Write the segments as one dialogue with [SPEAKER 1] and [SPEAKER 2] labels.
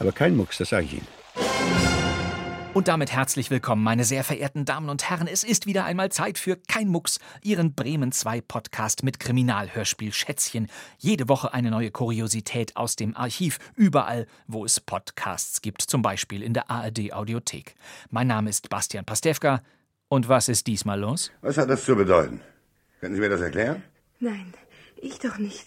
[SPEAKER 1] Aber kein Mucks, das sage ich Ihnen.
[SPEAKER 2] Und damit herzlich willkommen, meine sehr verehrten Damen und Herren. Es ist wieder einmal Zeit für Kein Mucks, Ihren Bremen 2 Podcast mit Kriminalhörspiel Schätzchen. Jede Woche eine neue Kuriosität aus dem Archiv, überall, wo es Podcasts gibt, zum Beispiel in der ARD Audiothek. Mein Name ist Bastian Pastewka. Und was ist diesmal los?
[SPEAKER 3] Was hat das zu bedeuten? Können Sie mir das erklären?
[SPEAKER 4] Nein, ich doch nicht.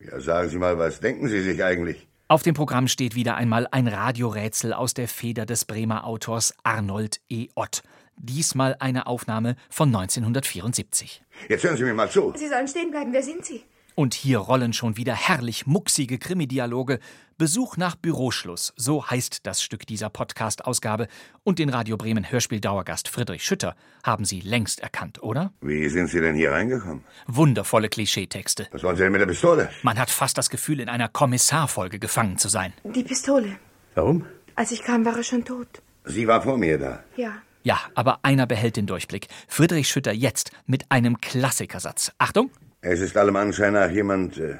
[SPEAKER 3] Ja, sagen Sie mal, was denken Sie sich eigentlich?
[SPEAKER 2] Auf dem Programm steht wieder einmal ein Radiorätsel aus der Feder des Bremer Autors Arnold E. Ott. Diesmal eine Aufnahme von 1974.
[SPEAKER 3] Jetzt hören Sie mir mal zu.
[SPEAKER 4] Sie sollen stehen bleiben. Wer sind Sie?
[SPEAKER 2] Und hier rollen schon wieder herrlich mucksige Krimi-Dialoge. Besuch nach Büroschluss, so heißt das Stück dieser Podcast-Ausgabe. Und den Radio Bremen Hörspieldauergast Friedrich Schütter haben Sie längst erkannt, oder?
[SPEAKER 3] Wie sind Sie denn hier reingekommen?
[SPEAKER 2] Wundervolle Klischeetexte.
[SPEAKER 3] Was wollen Sie denn mit der Pistole?
[SPEAKER 2] Man hat fast das Gefühl, in einer Kommissarfolge gefangen zu sein.
[SPEAKER 4] Die Pistole.
[SPEAKER 3] Warum?
[SPEAKER 4] Als ich kam, war er schon tot.
[SPEAKER 3] Sie war vor mir da.
[SPEAKER 4] Ja.
[SPEAKER 2] Ja, aber einer behält den Durchblick. Friedrich Schütter jetzt mit einem Klassikersatz. Achtung!
[SPEAKER 3] Es ist allem Anschein nach jemand äh,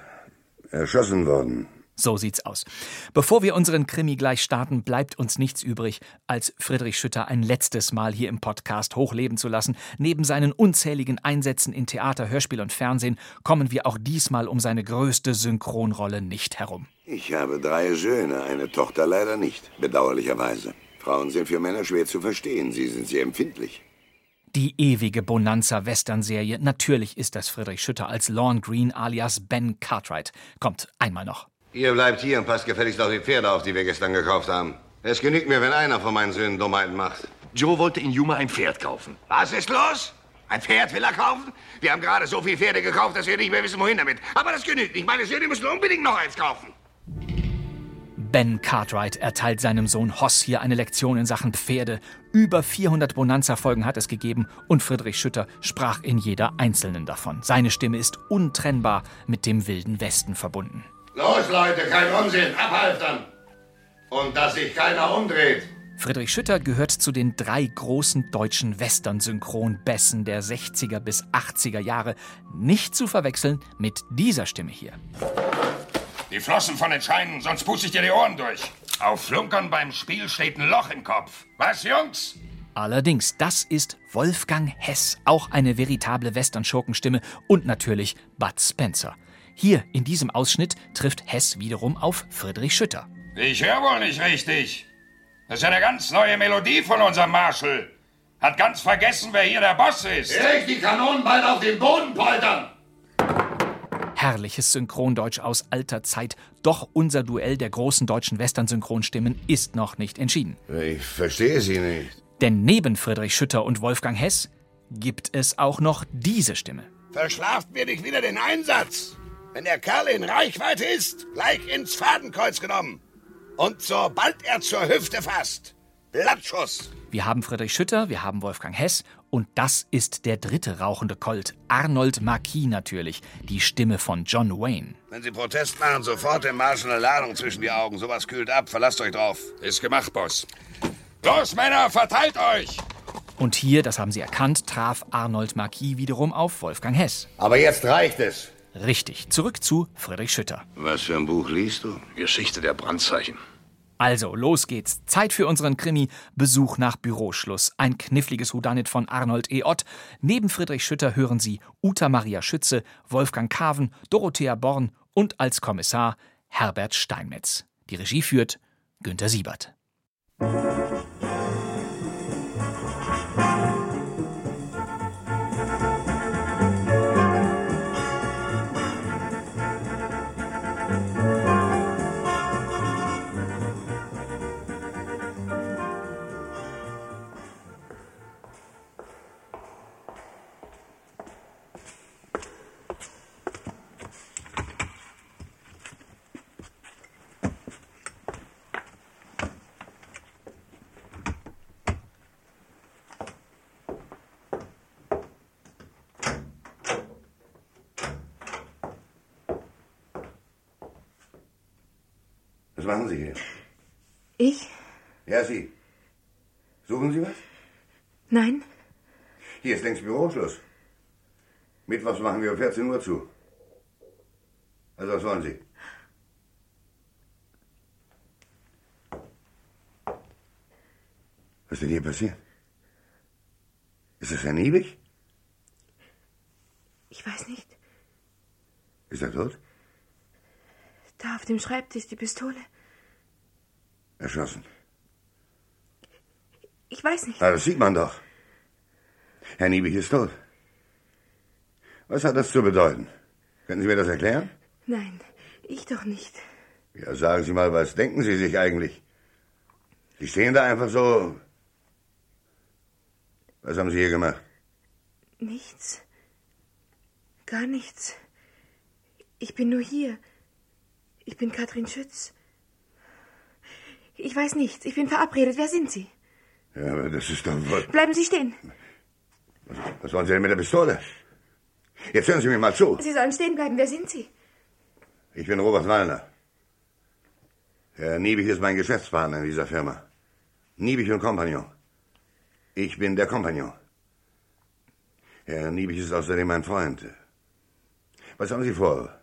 [SPEAKER 3] erschossen worden.
[SPEAKER 2] So sieht's aus. Bevor wir unseren Krimi gleich starten, bleibt uns nichts übrig, als Friedrich Schütter ein letztes Mal hier im Podcast hochleben zu lassen. Neben seinen unzähligen Einsätzen in Theater, Hörspiel und Fernsehen kommen wir auch diesmal um seine größte Synchronrolle nicht herum.
[SPEAKER 3] Ich habe drei Söhne, eine Tochter leider nicht, bedauerlicherweise. Frauen sind für Männer schwer zu verstehen, sie sind sehr empfindlich.
[SPEAKER 2] Die ewige Bonanza-Western-Serie, natürlich ist das Friedrich Schütter als Lorne Green alias Ben Cartwright. Kommt einmal noch.
[SPEAKER 3] Ihr bleibt hier und passt gefälligst auf die Pferde auf, die wir gestern gekauft haben. Es genügt mir, wenn einer von meinen Söhnen Dummheiten macht.
[SPEAKER 5] Joe wollte in Yuma ein Pferd kaufen.
[SPEAKER 6] Was ist los? Ein Pferd will er kaufen? Wir haben gerade so viele Pferde gekauft, dass wir nicht mehr wissen, wohin damit. Aber das genügt nicht. Meine Söhne müssen unbedingt noch eins kaufen.
[SPEAKER 2] Ben Cartwright erteilt seinem Sohn Hoss hier eine Lektion in Sachen Pferde. Über 400 Bonanza-Folgen hat es gegeben und Friedrich Schütter sprach in jeder einzelnen davon. Seine Stimme ist untrennbar mit dem Wilden Westen verbunden.
[SPEAKER 3] Los, Leute, kein Unsinn, abhalten! Und dass sich keiner umdreht.
[SPEAKER 2] Friedrich Schütter gehört zu den drei großen deutschen Western-Synchronbässen der 60er bis 80er Jahre. Nicht zu verwechseln mit dieser Stimme hier.
[SPEAKER 6] Die Flossen von den Scheinen, sonst puste ich dir die Ohren durch. Auf Flunkern beim Spiel steht ein Loch im Kopf. Was, Jungs?
[SPEAKER 2] Allerdings, das ist Wolfgang Hess, auch eine veritable Western-Schurkenstimme und natürlich Bud Spencer. Hier in diesem Ausschnitt trifft Hess wiederum auf Friedrich Schütter.
[SPEAKER 6] Ich höre wohl nicht richtig. Das ist ja eine ganz neue Melodie von unserem Marshall. Hat ganz vergessen, wer hier der Boss ist. Leg die Kanonen bald auf den Boden poltern!
[SPEAKER 2] Herrliches Synchrondeutsch aus alter Zeit, doch unser Duell der großen deutschen Western-Synchronstimmen ist noch nicht entschieden.
[SPEAKER 3] Ich verstehe Sie nicht.
[SPEAKER 2] Denn neben Friedrich Schütter und Wolfgang Hess gibt es auch noch diese Stimme.
[SPEAKER 6] Verschlaft mir nicht wieder den Einsatz. Wenn der Kerl in Reichweite ist, gleich ins Fadenkreuz genommen. Und sobald er zur Hüfte fasst, Blattschuss.
[SPEAKER 2] Wir haben Friedrich Schütter, wir haben Wolfgang Hess und das ist der dritte rauchende Colt, Arnold Marquis natürlich, die Stimme von John Wayne.
[SPEAKER 6] Wenn Sie Protest machen, sofort dem Marshall eine Ladung zwischen die Augen. Sowas kühlt ab. Verlasst euch drauf. Ist gemacht, Boss. Los, Männer, verteilt euch!
[SPEAKER 2] Und hier, das haben Sie erkannt, traf Arnold Marquis wiederum auf Wolfgang Hess.
[SPEAKER 3] Aber jetzt reicht es.
[SPEAKER 2] Richtig, zurück zu Friedrich Schütter.
[SPEAKER 3] Was für ein Buch liest du?
[SPEAKER 5] Geschichte der Brandzeichen.
[SPEAKER 2] Also, los geht's. Zeit für unseren Krimi. Besuch nach Büroschluss. Ein kniffliges Houdanit von Arnold E. Ott. Neben Friedrich Schütter hören Sie Uta Maria Schütze, Wolfgang Kaven, Dorothea Born und als Kommissar Herbert Steinmetz. Die Regie führt Günter Siebert.
[SPEAKER 7] Was machen Sie hier?
[SPEAKER 4] Ich?
[SPEAKER 7] Ja, Sie. Suchen Sie was?
[SPEAKER 4] Nein?
[SPEAKER 7] Hier ist längst Büroschluss. Mittwochs machen wir um 14 Uhr zu. Also, was wollen Sie? Was ist denn hier passiert? Ist das Herr Niebig?
[SPEAKER 4] Ich weiß nicht.
[SPEAKER 7] Ist er tot?
[SPEAKER 4] Da auf dem Schreibtisch die Pistole.
[SPEAKER 7] Erschossen.
[SPEAKER 4] Ich weiß nicht.
[SPEAKER 7] Na, das sieht man doch. Herr Niebig ist tot. Was hat das zu bedeuten? Könnten Sie mir das erklären?
[SPEAKER 4] Nein, ich doch nicht.
[SPEAKER 7] Ja, sagen Sie mal, was denken Sie sich eigentlich? Sie stehen da einfach so. Was haben Sie hier gemacht?
[SPEAKER 4] Nichts. Gar nichts. Ich bin nur hier. Ich bin Katrin Schütz. Ich weiß nichts. Ich bin verabredet. Wer sind Sie?
[SPEAKER 7] Ja, aber das ist doch wohl.
[SPEAKER 4] Bleiben Sie stehen.
[SPEAKER 7] Was wollen Sie denn mit der Pistole? Jetzt hören Sie mir mal zu.
[SPEAKER 4] Sie sollen stehen bleiben. Wer sind Sie?
[SPEAKER 7] Ich bin Robert Wallner. Herr Niebig ist mein Geschäftspartner in dieser Firma. Niebig und Kompagnon. Ich bin der Kompagnon. Herr Niebig ist außerdem mein Freund. Was haben Sie vor?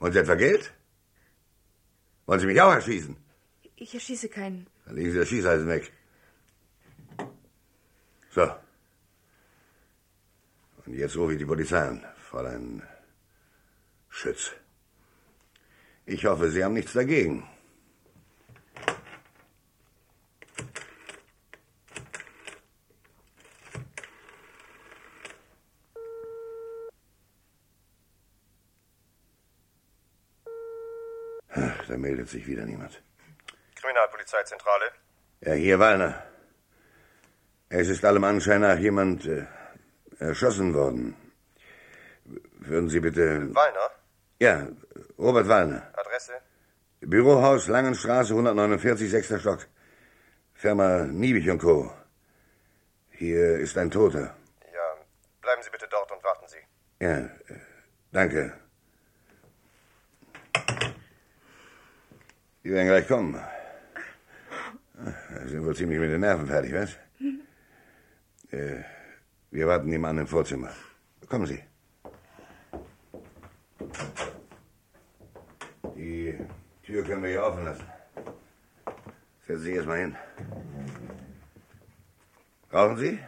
[SPEAKER 7] Wollen Sie etwa Geld? Wollen Sie mich auch erschießen?
[SPEAKER 4] Ich erschieße keinen.
[SPEAKER 7] Dann legen Sie das Schießeisen weg. So. Und jetzt rufe ich die Polizei an, Fräulein Schütz. Ich hoffe, Sie haben nichts dagegen. Ach, da meldet sich wieder niemand.
[SPEAKER 8] Kriminalpolizeizentrale.
[SPEAKER 7] Ja, hier, Wallner. Es ist allem Anschein nach jemand äh, erschossen worden. Würden Sie bitte. oh,
[SPEAKER 8] Wallner,
[SPEAKER 7] Äh, Ja, Robert Wallner.
[SPEAKER 8] Adresse.
[SPEAKER 7] Bürohaus Langenstraße 149, 6. Stock. Firma Niebig und Co. Hier ist ein Toter.
[SPEAKER 8] Ja, bleiben Sie bitte dort und warten Sie.
[SPEAKER 7] Ja, äh, danke. Die werden gleich kommen. Ah, Sind wohl ziemlich mit den Nerven fertig, was? Äh, wir warten die Mann im Vorzimmer. Kommen Sie. Die Tür können wir hier offen lassen. Setzen Sie erstmal hin. Rauchen Sie?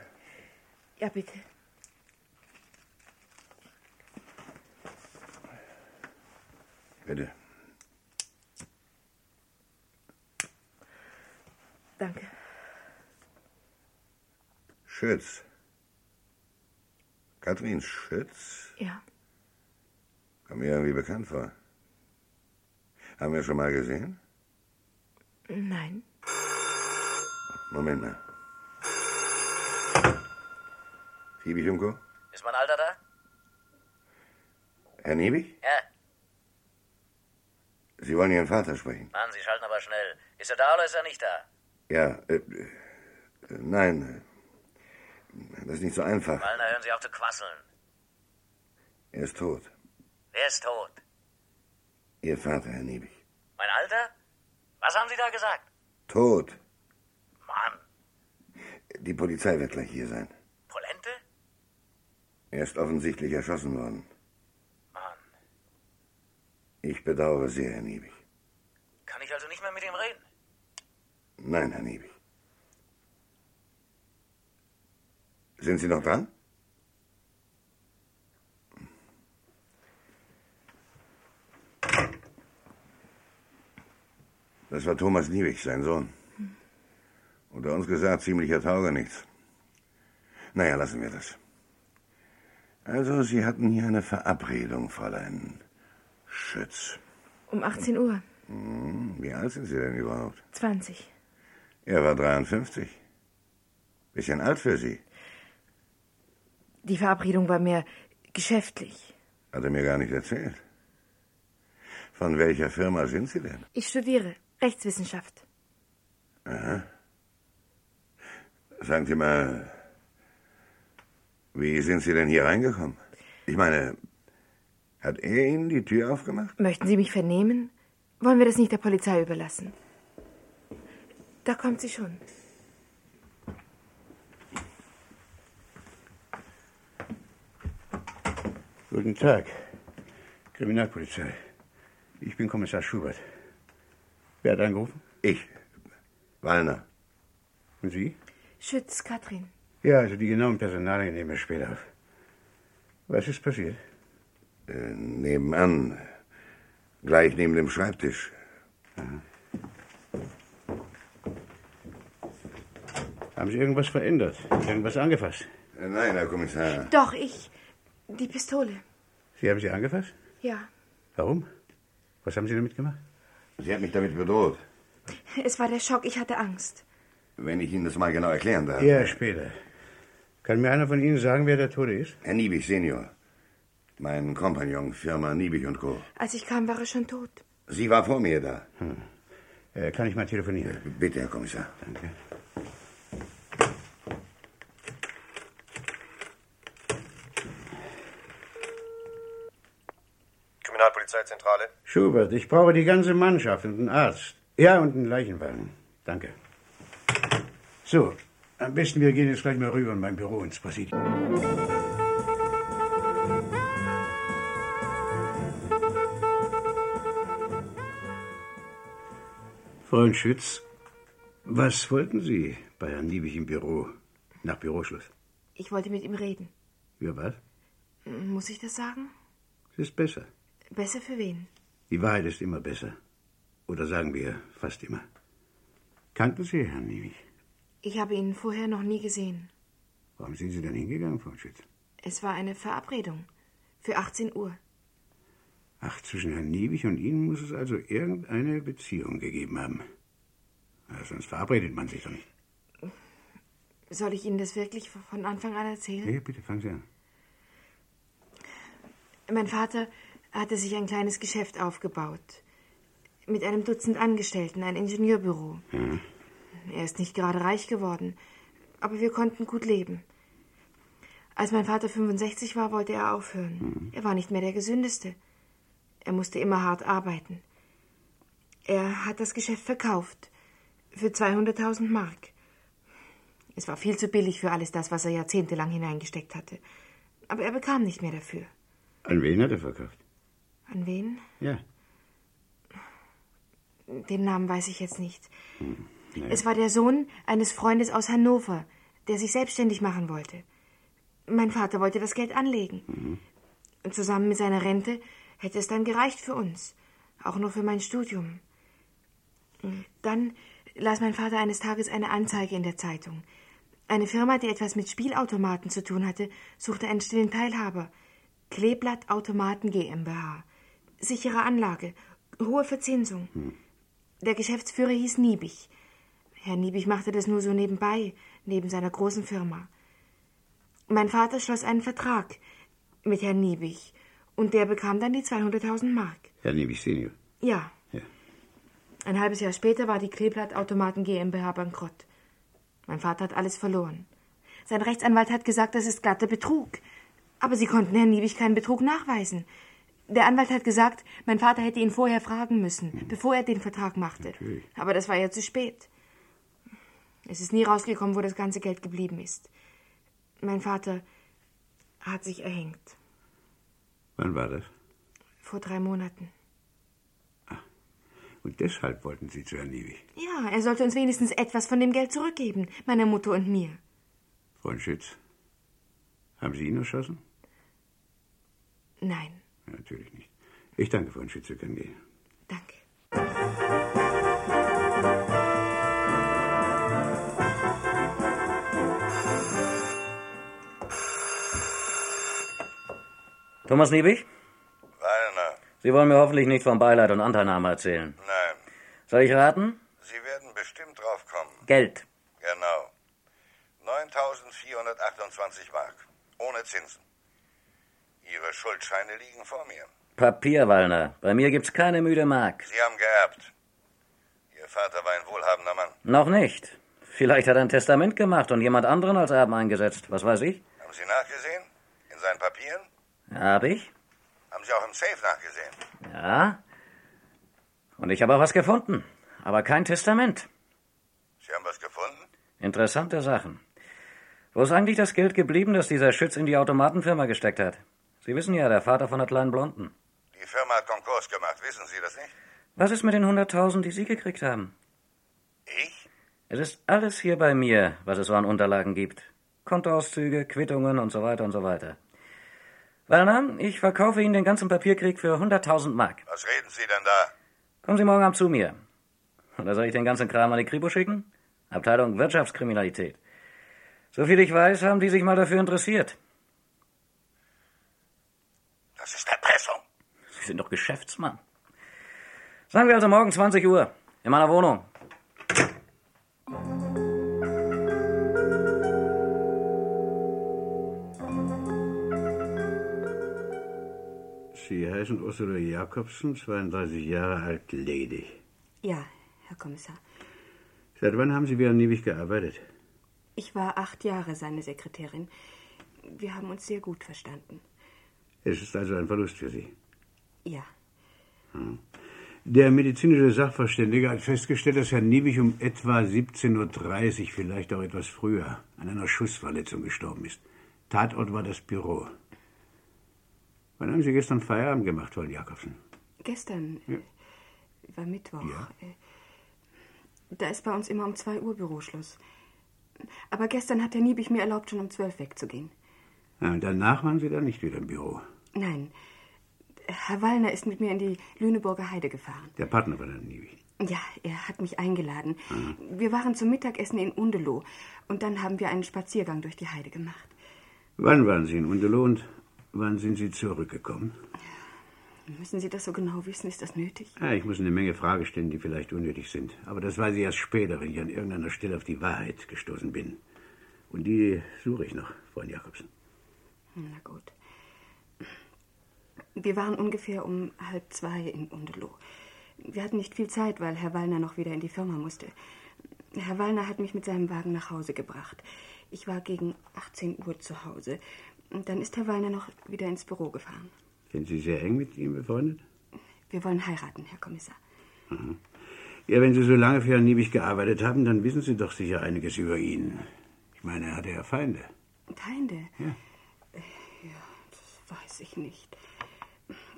[SPEAKER 4] Ja, bitte.
[SPEAKER 7] Bitte.
[SPEAKER 4] Danke.
[SPEAKER 7] Schütz. Kathrin Schütz?
[SPEAKER 4] Ja.
[SPEAKER 7] Kommt mir irgendwie bekannt vor. Haben wir schon mal gesehen?
[SPEAKER 4] Nein.
[SPEAKER 7] Moment mal. Fiebig Jumko?
[SPEAKER 9] Ist mein Alter da?
[SPEAKER 7] Herr Niebig?
[SPEAKER 9] Ja.
[SPEAKER 7] Sie wollen Ihren Vater sprechen?
[SPEAKER 9] Mann, Sie schalten aber schnell. Ist er da oder ist er nicht da?
[SPEAKER 7] Ja, äh, äh, nein. äh, Das ist nicht so einfach.
[SPEAKER 9] Wallner, hören Sie auf zu quasseln.
[SPEAKER 7] Er ist tot.
[SPEAKER 9] Wer ist tot?
[SPEAKER 7] Ihr Vater, Herr Niebig.
[SPEAKER 9] Mein Alter? Was haben Sie da gesagt?
[SPEAKER 7] Tot.
[SPEAKER 9] Mann,
[SPEAKER 7] Die Polizei wird gleich hier sein.
[SPEAKER 9] Polente?
[SPEAKER 7] Er ist offensichtlich erschossen worden.
[SPEAKER 9] Mann,
[SPEAKER 7] Ich bedauere sehr, Herr Niebig.
[SPEAKER 9] kann ich also nicht mehr mit ihm reden?
[SPEAKER 7] Nein, Herr Niebig. Sind Sie noch dran? Das war Thomas Niebig, sein Sohn. Unter uns gesagt, ziemlicher Taugenichts. Naja, lassen wir das. Also, Sie hatten hier eine Verabredung, Fräulein Schütz.
[SPEAKER 4] Um 18 Uhr.
[SPEAKER 7] Hm, Wie alt sind Sie denn überhaupt?
[SPEAKER 4] 20.
[SPEAKER 7] Er war 53. Bisschen alt für Sie.
[SPEAKER 4] Die Verabredung war mehr geschäftlich.
[SPEAKER 7] Hat er mir gar nicht erzählt. Von welcher Firma sind Sie denn?
[SPEAKER 4] Ich studiere Rechtswissenschaft.
[SPEAKER 7] Aha. Sagen Sie mal, wie sind Sie denn hier reingekommen? Ich meine, hat er Ihnen die Tür aufgemacht?
[SPEAKER 4] Möchten Sie mich vernehmen? Wollen wir das nicht der Polizei überlassen? Da kommt sie schon.
[SPEAKER 10] Guten Tag, Kriminalpolizei. Ich bin Kommissar Schubert. Wer hat angerufen? Ich, Wallner. Und Sie?
[SPEAKER 4] Schütz, Katrin.
[SPEAKER 10] Ja, also die genauen Personalien nehmen wir später auf. Was ist passiert?
[SPEAKER 3] Äh, nebenan, gleich neben dem Schreibtisch.
[SPEAKER 10] Haben Sie irgendwas verändert? Irgendwas angefasst?
[SPEAKER 3] Äh, Nein, Herr Kommissar.
[SPEAKER 4] Doch, ich. Die Pistole.
[SPEAKER 10] Sie haben sie angefasst?
[SPEAKER 4] Ja.
[SPEAKER 10] Warum? Was haben Sie damit gemacht?
[SPEAKER 3] Sie hat mich damit bedroht.
[SPEAKER 4] Es war der Schock, ich hatte Angst.
[SPEAKER 3] Wenn ich Ihnen das mal genau erklären darf.
[SPEAKER 10] Ja, später. Kann mir einer von Ihnen sagen, wer der Tote ist?
[SPEAKER 3] Herr Niebig Senior. Mein Kompagnon, Firma Niebig und Co.
[SPEAKER 4] Als ich kam, war er schon tot.
[SPEAKER 3] Sie war vor mir da.
[SPEAKER 10] Hm. Äh, kann ich mal telefonieren?
[SPEAKER 3] Bitte, Herr Kommissar.
[SPEAKER 10] Danke.
[SPEAKER 11] Kriminalpolizeizentrale.
[SPEAKER 10] Schubert, ich brauche die ganze Mannschaft und einen Arzt. Ja, und einen Leichenwagen. Danke. So, am besten wir gehen jetzt gleich mal rüber in mein Büro ins Präsidium. Freund Schütz, was wollten Sie bei Herrn Liebig im Büro nach Büroschluss?
[SPEAKER 4] Ich wollte mit ihm reden.
[SPEAKER 10] Über was?
[SPEAKER 4] Muss ich das sagen?
[SPEAKER 10] Es ist besser.
[SPEAKER 4] Besser für wen?
[SPEAKER 10] Die Wahrheit ist immer besser. Oder sagen wir fast immer. Kannten Sie Herrn Liebig?
[SPEAKER 4] Ich habe ihn vorher noch nie gesehen.
[SPEAKER 10] Warum sind Sie dann hingegangen, Frau Schütz?
[SPEAKER 4] Es war eine Verabredung. Für 18 Uhr.
[SPEAKER 10] Ach, zwischen Herrn Liebig und Ihnen muss es also irgendeine Beziehung gegeben haben. Na, sonst verabredet man sich doch nicht.
[SPEAKER 4] Soll ich Ihnen das wirklich von Anfang an erzählen?
[SPEAKER 10] Nee, bitte, fangen Sie an.
[SPEAKER 4] Mein Vater hatte sich ein kleines Geschäft aufgebaut. Mit einem Dutzend Angestellten, ein Ingenieurbüro.
[SPEAKER 10] Ja.
[SPEAKER 4] Er ist nicht gerade reich geworden, aber wir konnten gut leben. Als mein Vater 65 war, wollte er aufhören. Er war nicht mehr der gesündeste. Er musste immer hart arbeiten. Er hat das Geschäft verkauft. Für 200.000 Mark. Es war viel zu billig für alles das, was er jahrzehntelang hineingesteckt hatte. Aber er bekam nicht mehr dafür.
[SPEAKER 10] An wen hat er verkauft?
[SPEAKER 4] An wen?
[SPEAKER 10] Ja.
[SPEAKER 4] Den Namen weiß ich jetzt nicht.
[SPEAKER 10] Hm. naja.
[SPEAKER 4] Es war der Sohn eines Freundes aus Hannover, der sich selbstständig machen wollte. Mein Vater wollte das Geld anlegen.
[SPEAKER 10] Mhm.
[SPEAKER 4] Und zusammen mit seiner Rente hätte es dann gereicht für uns. Auch noch für mein Studium. Dann las mein Vater eines Tages eine Anzeige in der Zeitung. Eine Firma, die etwas mit Spielautomaten zu tun hatte, suchte einen stillen Teilhaber. Kleeblatt Automaten GmbH. Sichere Anlage, hohe Verzinsung.
[SPEAKER 10] Hm.
[SPEAKER 4] Der Geschäftsführer hieß Niebig. Herr Niebig machte das nur so nebenbei, neben seiner großen Firma. Mein Vater schloss einen Vertrag mit Herrn Niebig und der bekam dann die 200.000 Mark.
[SPEAKER 10] Herr Liebig Senior.
[SPEAKER 4] Ja.
[SPEAKER 10] Ja.
[SPEAKER 4] Ein halbes Jahr später war die Kleeblatt Automaten GmbH bankrott. Mein Vater hat alles verloren. Sein Rechtsanwalt hat gesagt, das ist glatter Betrug. Aber sie konnten Herrn Niebig keinen Betrug nachweisen. Der Anwalt hat gesagt, mein Vater hätte ihn vorher fragen müssen, bevor er den Vertrag machte.
[SPEAKER 10] Mhm. Natürlich.
[SPEAKER 4] Aber das war ja zu spät. Es ist nie rausgekommen, wo das ganze Geld geblieben ist. Mein Vater hat sich erhängt.
[SPEAKER 10] Wann war das?
[SPEAKER 4] Vor drei Monaten.
[SPEAKER 10] Und deshalb wollten Sie zu Herrn Liebig.
[SPEAKER 4] Ja, er sollte uns wenigstens etwas von dem Geld zurückgeben, meiner Mutter und mir.
[SPEAKER 10] Freund Schütz, haben Sie ihn erschossen?
[SPEAKER 4] Nein.
[SPEAKER 10] Natürlich nicht. Ich danke, Freund Schütz, Sie können gehen.
[SPEAKER 7] Thomas Liebig,
[SPEAKER 11] Wallner,
[SPEAKER 7] Sie wollen mir hoffentlich nicht vom Beileid und Anteilnahme erzählen.
[SPEAKER 11] nein.
[SPEAKER 7] Soll ich raten?
[SPEAKER 11] Sie werden bestimmt drauf kommen.
[SPEAKER 7] Geld.
[SPEAKER 11] Genau. 9.428 Mark. Ohne Zinsen. Ihre Schuldscheine liegen vor mir.
[SPEAKER 7] Papier, Wallner. Bei mir gibt's keine müde Mark.
[SPEAKER 11] Sie haben geerbt. Ihr Vater war ein wohlhabender Mann.
[SPEAKER 7] Noch nicht. Vielleicht hat er ein Testament gemacht und jemand anderen als Erben eingesetzt. Was weiß ich?
[SPEAKER 11] Haben Sie nachgesehen? In seinen Papieren?
[SPEAKER 7] Hab ich?
[SPEAKER 11] Haben Sie auch im Safe nachgesehen?
[SPEAKER 7] Ja. Und ich habe auch was gefunden, aber kein Testament.
[SPEAKER 12] Sie haben was gefunden?
[SPEAKER 7] Interessante Sachen. Wo ist eigentlich das Geld geblieben, das dieser Schütz in die Automatenfirma gesteckt hat? Sie wissen ja, der Vater von der kleinen Blonden.
[SPEAKER 12] Die Firma hat Konkurs gemacht, wissen Sie das nicht?
[SPEAKER 7] Was ist mit den 100.000, die Sie gekriegt haben?
[SPEAKER 12] Ich?
[SPEAKER 7] Es ist alles hier bei mir, was es so an Unterlagen gibt. Kontoauszüge, Quittungen und so weiter und so weiter. Wallner, ich verkaufe Ihnen den ganzen Papierkrieg für 100.000 Mark.
[SPEAKER 12] Was reden Sie denn da?
[SPEAKER 7] Kommen Sie morgen Abend zu mir. Oder soll ich den ganzen Kram an die Kripo schicken? Abteilung Wirtschaftskriminalität. Soviel ich weiß, haben die sich mal dafür interessiert.
[SPEAKER 12] Das ist Erpressung.
[SPEAKER 7] Sie sind doch Geschäftsmann. Sagen wir also morgen 20 Uhr in meiner Wohnung.
[SPEAKER 10] Sie heißen Ursula Jakobsen, 32 Jahre alt, ledig.
[SPEAKER 4] Ja, Herr Kommissar.
[SPEAKER 10] Seit wann haben Sie wieder Niewig gearbeitet?
[SPEAKER 4] Ich war acht Jahre seine Sekretärin. Wir haben uns sehr gut verstanden.
[SPEAKER 10] Es ist also ein Verlust für Sie.
[SPEAKER 4] Ja.
[SPEAKER 10] Hm. Der medizinische Sachverständige hat festgestellt, dass Herr Niewig um etwa 17.30 Uhr, vielleicht auch etwas früher, an einer Schussverletzung gestorben ist. Tatort war das Büro. Wann haben Sie gestern Feierabend gemacht, Frau Jakobsen?
[SPEAKER 4] Gestern
[SPEAKER 10] Ja.
[SPEAKER 4] äh, war Mittwoch.
[SPEAKER 10] Ja.
[SPEAKER 4] Äh, Da ist bei uns immer um 2 Uhr Büroschluss. Aber gestern hat Herr Niebig mir erlaubt, schon um 12 wegzugehen.
[SPEAKER 10] Ja, und Ah, danach waren Sie dann nicht wieder im Büro.
[SPEAKER 4] Nein, Herr Wallner ist mit mir in die Lüneburger Heide gefahren.
[SPEAKER 10] Der Partner von Herrn Niewig.
[SPEAKER 4] Ja, er hat mich eingeladen.
[SPEAKER 10] Mhm.
[SPEAKER 4] Wir waren zum Mittagessen in Undeloh und dann haben wir einen Spaziergang durch die Heide gemacht.
[SPEAKER 10] Wann waren Sie in Unterloh und wann sind Sie zurückgekommen?
[SPEAKER 4] Müssen Sie das so genau wissen? Ist das nötig?
[SPEAKER 10] Ja, Ah, ich muss eine Menge Fragen stellen, die vielleicht unnötig sind. Aber das weiß ich erst später, wenn ich an irgendeiner Stelle auf die Wahrheit gestoßen bin. Und die suche ich noch, Frau Jakobsen.
[SPEAKER 4] Hm, Na gut. Wir waren ungefähr um halb zwei in Undeloh. Wir hatten nicht viel Zeit, weil Herr Wallner noch wieder in die Firma musste. Herr Wallner hat mich mit seinem Wagen nach Hause gebracht. Ich war gegen 18 Uhr zu Hause. Und dann ist Herr Wallner noch wieder ins Büro gefahren.
[SPEAKER 10] Sind Sie sehr eng mit ihm befreundet?
[SPEAKER 4] Wir wollen heiraten, Herr Kommissar.
[SPEAKER 10] Mhm. Ja, wenn Sie so lange für Herrn Niebig gearbeitet haben, dann wissen Sie doch sicher einiges über ihn. Ich meine, er hatte ja Feinde.
[SPEAKER 4] Feinde?
[SPEAKER 10] Ja.
[SPEAKER 4] Äh, Ja, das weiß ich nicht.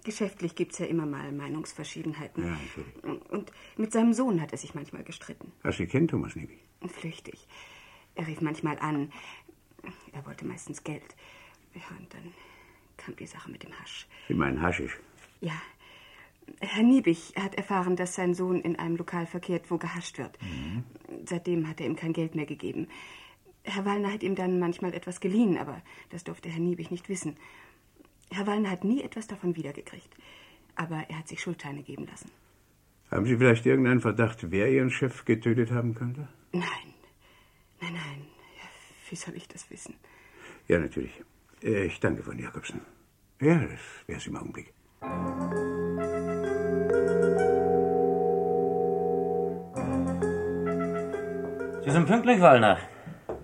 [SPEAKER 4] Geschäftlich gibt's ja immer mal Meinungsverschiedenheiten.
[SPEAKER 10] Ja, natürlich.
[SPEAKER 4] Und mit seinem Sohn hat er sich manchmal gestritten.
[SPEAKER 10] Ach, Sie kennen Thomas Niebig.
[SPEAKER 4] Flüchtig. Er rief manchmal an. Er wollte meistens Geld. Ja, und dann kam die Sache mit dem Hasch.
[SPEAKER 10] Sie meinen Haschisch.
[SPEAKER 4] Ja. Herr Niebig hat erfahren, dass sein Sohn in einem Lokal verkehrt, wo gehascht wird. Seitdem hat er ihm kein Geld mehr gegeben. Herr Wallner hat ihm dann manchmal etwas geliehen, aber das durfte Herr Niebig nicht wissen. Herr Wallner hat nie etwas davon wiedergekriegt. Aber er hat sich Schuldscheine geben lassen.
[SPEAKER 10] Haben Sie vielleicht irgendeinen Verdacht, wer Ihren Chef getötet haben könnte?
[SPEAKER 4] Nein. Nein, nein. Wie soll ich das wissen?
[SPEAKER 10] Ja, natürlich. Äh, Ich danke, Frau Jakobsen. Ja, das wäre es im Augenblick.
[SPEAKER 7] Sie sind pünktlich, Wallner.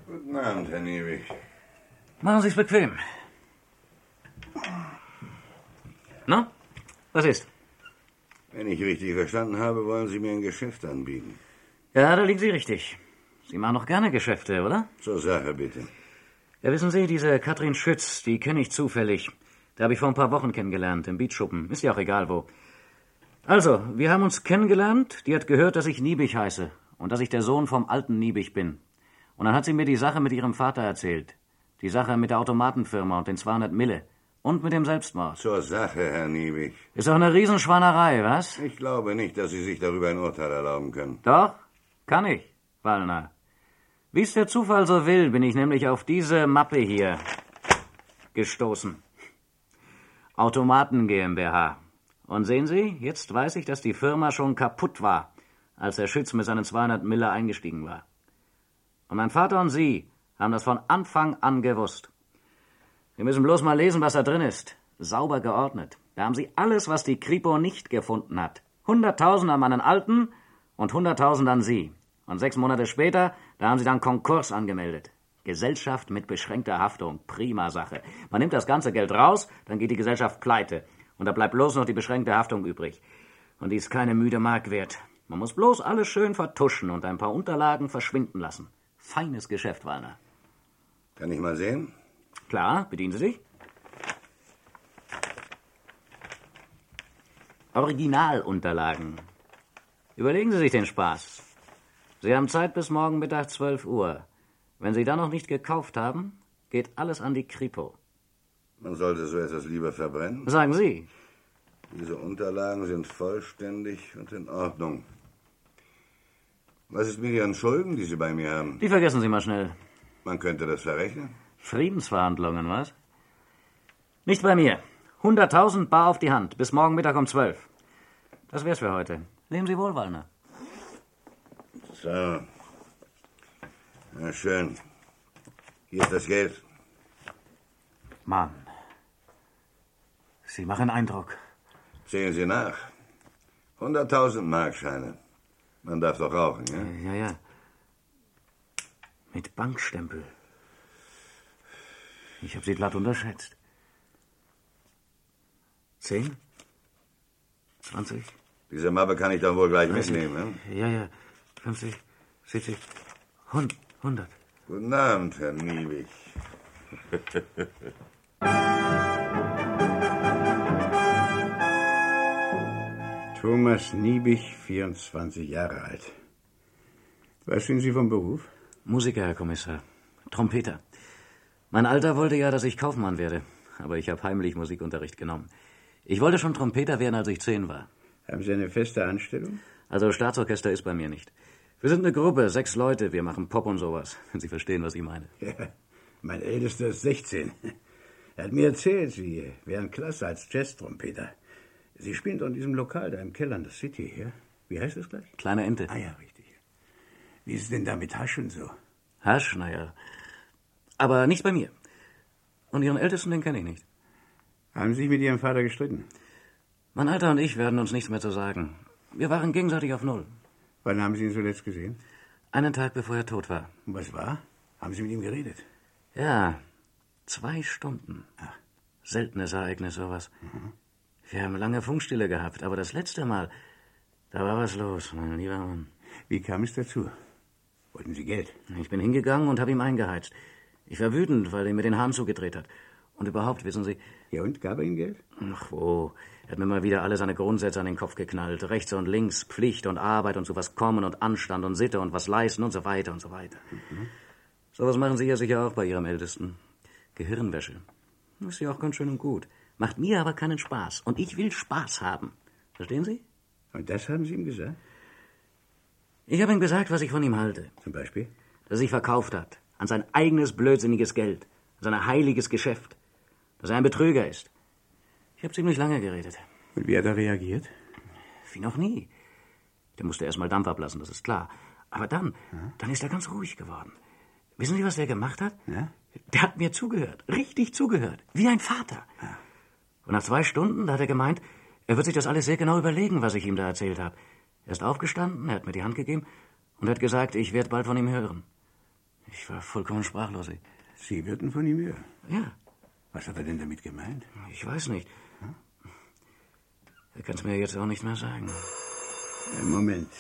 [SPEAKER 3] Guten Abend, Herr Niebig.
[SPEAKER 7] Machen Sie es bequem. Na, was ist?
[SPEAKER 3] Wenn ich richtig verstanden habe, wollen Sie mir ein Geschäft anbieten.
[SPEAKER 7] Ja, da liegen Sie richtig. Sie machen noch gerne Geschäfte, oder?
[SPEAKER 3] Zur Sache, bitte.
[SPEAKER 7] Ja, wissen Sie, diese Katrin Schütz, die kenne ich zufällig. Die habe ich vor ein paar Wochen kennengelernt, im Beachschuppen. Ist ja auch egal wo. Also, wir haben uns kennengelernt. Die hat gehört, dass ich Niebig heiße und dass ich der Sohn vom alten Niebig bin. Und dann hat sie mir die Sache mit ihrem Vater erzählt. Die Sache mit der Automatenfirma und den 200 Mille. Und mit dem Selbstmord.
[SPEAKER 3] Zur Sache, Herr Niebig.
[SPEAKER 7] Ist doch eine Riesenschweinerei, was?
[SPEAKER 3] Ich glaube nicht, dass Sie sich darüber ein Urteil erlauben können.
[SPEAKER 7] Doch, kann ich, Wallner. Wie es der Zufall so will, bin ich nämlich auf diese Mappe hier gestoßen. Automaten GmbH. Und sehen Sie, jetzt weiß ich, dass die Firma schon kaputt war, als der Schütz mit seinen 200 Miller eingestiegen war. Und mein Vater und Sie haben das von Anfang an gewusst. Sie müssen bloß mal lesen, was da drin ist. Sauber geordnet. Da haben Sie alles, was die Kripo nicht gefunden hat. Hunderttausend an meinen Alten und hunderttausend an Sie. Und sechs Monate später, da haben Sie dann Konkurs angemeldet. Gesellschaft mit beschränkter Haftung. Prima Sache. Man nimmt das ganze Geld raus, dann geht die Gesellschaft pleite. Und da bleibt bloß noch die beschränkte Haftung übrig. Und die ist keine müde Mark wert. Man muss bloß alles schön vertuschen und ein paar Unterlagen verschwinden lassen. Feines Geschäft, Warner.
[SPEAKER 3] Kann ich mal sehen?
[SPEAKER 7] Klar, bedienen Sie sich. Originalunterlagen. Überlegen Sie sich den Spaß. Sie haben Zeit bis morgen Mittag 12 Uhr. Wenn Sie da noch nicht gekauft haben, geht alles an die Kripo.
[SPEAKER 3] Man sollte so etwas lieber verbrennen.
[SPEAKER 7] Sagen Sie.
[SPEAKER 3] Diese Unterlagen sind vollständig und in Ordnung. Was ist mit Ihren Schulden, die Sie bei mir haben?
[SPEAKER 7] Die vergessen Sie mal schnell.
[SPEAKER 3] Man könnte das verrechnen.
[SPEAKER 7] Friedensverhandlungen, was? Nicht bei mir. 100.000 bar auf die Hand. Bis morgen Mittag um 12. Das wär's für heute. Leben Sie wohl, Wallner.
[SPEAKER 3] So. Na schön. Hier ist das Geld.
[SPEAKER 7] Mann. Sie machen Eindruck.
[SPEAKER 3] Sehen Sie nach. 100.000 Markscheine. Man darf doch rauchen, ja?
[SPEAKER 7] Ja, ja. Mit Bankstempel. Ich habe Sie glatt unterschätzt. Zehn? Zwanzig?
[SPEAKER 3] Diese Mappe kann ich dann wohl gleich
[SPEAKER 7] Weiß ich.
[SPEAKER 3] mitnehmen, ne? ja?
[SPEAKER 7] Ja, ja. Fünfzig, siebzig, hund- hundert.
[SPEAKER 3] Guten Abend, Herr Niebig.
[SPEAKER 10] Thomas Niebig, 24 Jahre alt. Was sind Sie vom Beruf?
[SPEAKER 7] Musiker, Herr Kommissar. Trompeter. Mein Alter wollte ja, dass ich Kaufmann werde. Aber ich habe heimlich Musikunterricht genommen. Ich wollte schon Trompeter werden, als ich zehn war.
[SPEAKER 10] Haben Sie eine feste Anstellung?
[SPEAKER 7] Also Staatsorchester ist bei mir nicht. Wir sind eine Gruppe, sechs Leute. Wir machen Pop und sowas, wenn Sie verstehen, was ich meine.
[SPEAKER 10] Ja, mein Ältester ist 16. Er hat mir erzählt, Sie wären klasse als Jazztrompeter. Sie spielen doch in diesem Lokal da im Keller in der City, ja? Wie heißt es gleich?
[SPEAKER 7] Kleine Ente.
[SPEAKER 10] Ah ja, richtig. Wie ist es denn da mit Hasch und so?
[SPEAKER 7] Hasch, naja. Aber nicht bei mir. Und Ihren Ältesten, den kenne ich nicht.
[SPEAKER 10] Haben Sie sich mit Ihrem Vater gestritten?
[SPEAKER 7] Mein Alter und ich werden uns nichts mehr zu sagen. Wir waren gegenseitig auf Null.
[SPEAKER 10] Wann haben Sie ihn zuletzt gesehen?
[SPEAKER 7] Einen Tag bevor er tot war.
[SPEAKER 10] Und was war? Haben Sie mit ihm geredet? Ah,
[SPEAKER 7] Ja, zwei Stunden. Seltenes Ereignis, sowas. Wir haben lange Funkstille gehabt, aber das letzte Mal, da war was los, mein lieber Mann.
[SPEAKER 10] Wie kam es dazu? Wollten Sie Geld?
[SPEAKER 7] Ich bin hingegangen und habe ihm eingeheizt. Ich war wütend, weil er mir den Hahn zugedreht hat. Und überhaupt, wissen Sie...
[SPEAKER 10] Ja, und gab er Ihnen Geld?
[SPEAKER 7] Ach wo, er hat mir mal wieder alle seine Grundsätze an den Kopf geknallt. Rechts und links, Pflicht und Arbeit und zu was kommen und Anstand und Sitte und was leisten und so weiter und so weiter. Sowas machen Sie ja sicher auch bei Ihrem Ältesten. Gehirnwäsche. Ist ja auch ganz schön und gut. Macht mir aber keinen Spaß. Und ich will Spaß haben. Verstehen Sie?
[SPEAKER 10] Und das haben Sie ihm gesagt?
[SPEAKER 7] Ich habe ihm gesagt, was ich von ihm halte.
[SPEAKER 10] Zum Beispiel?
[SPEAKER 7] Dass er sich verkauft hat. An sein eigenes blödsinniges Geld. An sein heiliges Geschäft. Dass er ein Betrüger ist. Ich habe ziemlich lange geredet.
[SPEAKER 10] Und wie hat er reagiert?
[SPEAKER 7] Wie noch nie. Der musste erst mal Dampf ablassen, das ist klar. Aber dann, dann ist er ganz ruhig geworden. Wissen Sie, was der gemacht hat?
[SPEAKER 10] Ja?
[SPEAKER 7] Der hat mir zugehört, richtig zugehört, wie ein Vater. Und nach zwei Stunden, da hat er gemeint, er wird sich das alles sehr genau überlegen, was ich ihm da erzählt habe. Er ist aufgestanden, er hat mir die Hand gegeben und hat gesagt, ich werde bald von ihm hören. Ich war vollkommen sprachlos.
[SPEAKER 10] Sie würden von ihm hören?
[SPEAKER 7] Ja,
[SPEAKER 10] Was hat er denn damit gemeint? Hm?
[SPEAKER 7] ich weiß nicht. Er kann es mir jetzt auch nicht mehr sagen.
[SPEAKER 10] Äh, Moment.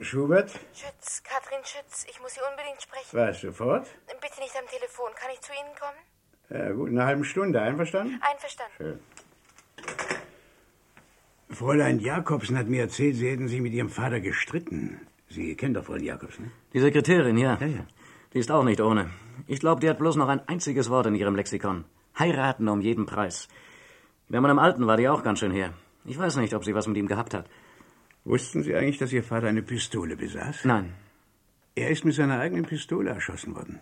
[SPEAKER 10] Schubert?
[SPEAKER 4] Schütz, Katrin Schütz, ich muss Sie unbedingt sprechen.
[SPEAKER 10] Was, sofort?
[SPEAKER 4] Bitte nicht am Telefon. Kann ich zu Ihnen kommen?
[SPEAKER 10] Ja, gut, in einer halben Stunde, einverstanden?
[SPEAKER 4] Einverstanden.
[SPEAKER 10] Schön. Fräulein Jakobsen hat mir erzählt, Sie hätten sich mit Ihrem Vater gestritten. Sie kennen doch Fräulein Jakobsen, ne?
[SPEAKER 7] Die Sekretärin, ja. Die ist auch nicht ohne. Ich glaube, die hat bloß noch ein einziges Wort in ihrem Lexikon. Heiraten um jeden Preis. Bei meinem Alten war die auch ganz schön her. Ich weiß nicht, ob sie was mit ihm gehabt hat.
[SPEAKER 10] Wussten Sie eigentlich, dass Ihr Vater eine Pistole besaß?
[SPEAKER 7] Nein.
[SPEAKER 10] Er ist mit seiner eigenen Pistole erschossen worden.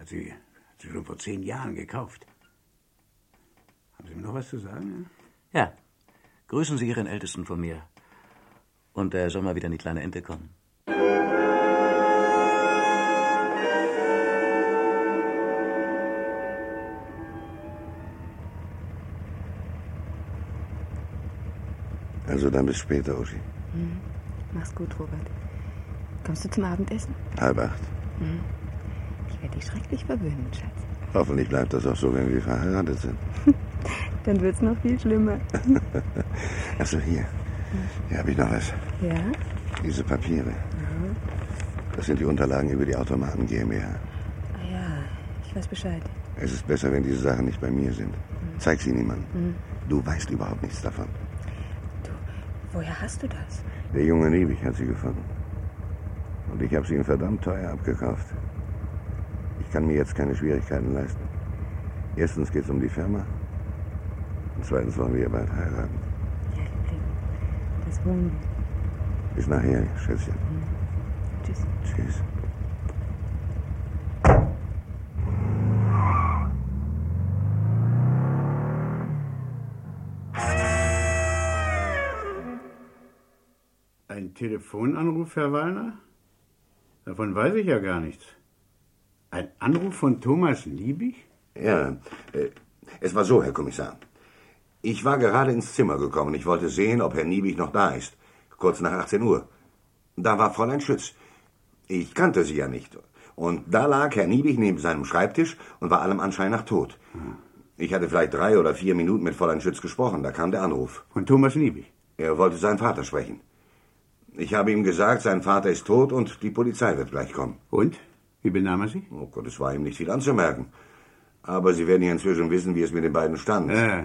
[SPEAKER 10] Hat sie, hat sie schon vor zehn Jahren gekauft. Haben Sie mir noch was zu sagen?
[SPEAKER 7] Ja. Grüßen Sie Ihren Ältesten von mir. Und er soll mal wieder in die kleine Ente kommen.
[SPEAKER 3] Also dann bis später, Uschi.
[SPEAKER 13] Hm. Mach's gut, Robert. Kommst du zum Abendessen?
[SPEAKER 3] Halb acht.
[SPEAKER 13] Hm. Ich werde dich schrecklich verwöhnen, Schatz.
[SPEAKER 3] Hoffentlich bleibt das auch so, wenn wir verheiratet sind.
[SPEAKER 13] Dann wird's noch viel schlimmer.
[SPEAKER 3] Also hier, Hier habe ich noch was.
[SPEAKER 13] Ja?
[SPEAKER 3] Diese Papiere. Das sind die Unterlagen über die Automaten GmbH.
[SPEAKER 13] Ah ja, ich weiß Bescheid.
[SPEAKER 3] Es ist besser, wenn diese Sachen nicht bei mir sind. Zeig sie niemandem.
[SPEAKER 13] Hm.
[SPEAKER 3] Du weißt überhaupt nichts davon.
[SPEAKER 13] Woher hast du das?
[SPEAKER 3] Der junge Liebig hat sie gefunden. Und ich habe sie ihm verdammt teuer abgekauft. Ich kann mir jetzt keine Schwierigkeiten leisten. Erstens geht es um die Firma. Und zweitens wollen wir bald heiraten.
[SPEAKER 13] Das wollen wir.
[SPEAKER 3] Bis nachher, Schätzchen.
[SPEAKER 13] Tschüss.
[SPEAKER 3] Tschüss.
[SPEAKER 10] Ein Telefonanruf, Herr Wallner? Davon weiß ich ja gar nichts. Ein Anruf von Thomas Liebig?
[SPEAKER 3] Ja, äh, es war so, Herr Kommissar. Ich war gerade ins Zimmer gekommen. Ich wollte sehen, ob Herr Niebig noch da ist. Kurz nach 18 Uhr. Da war Fräulein Schütz. Ich kannte sie ja nicht. Und da lag Herr Niebig neben seinem Schreibtisch und war allem Anschein nach tot. Ich hatte vielleicht drei oder vier Minuten mit Fräulein Schütz gesprochen. Da kam der Anruf.
[SPEAKER 10] Von Thomas Liebig?
[SPEAKER 3] Er wollte seinen Vater sprechen. Ich habe ihm gesagt, sein Vater ist tot und die Polizei wird gleich kommen.
[SPEAKER 10] Und? Wie benahm er sie?
[SPEAKER 3] Oh Gott, es war ihm nicht viel anzumerken. Aber Sie werden ja inzwischen wissen, wie es mit den beiden stand.
[SPEAKER 10] Ja.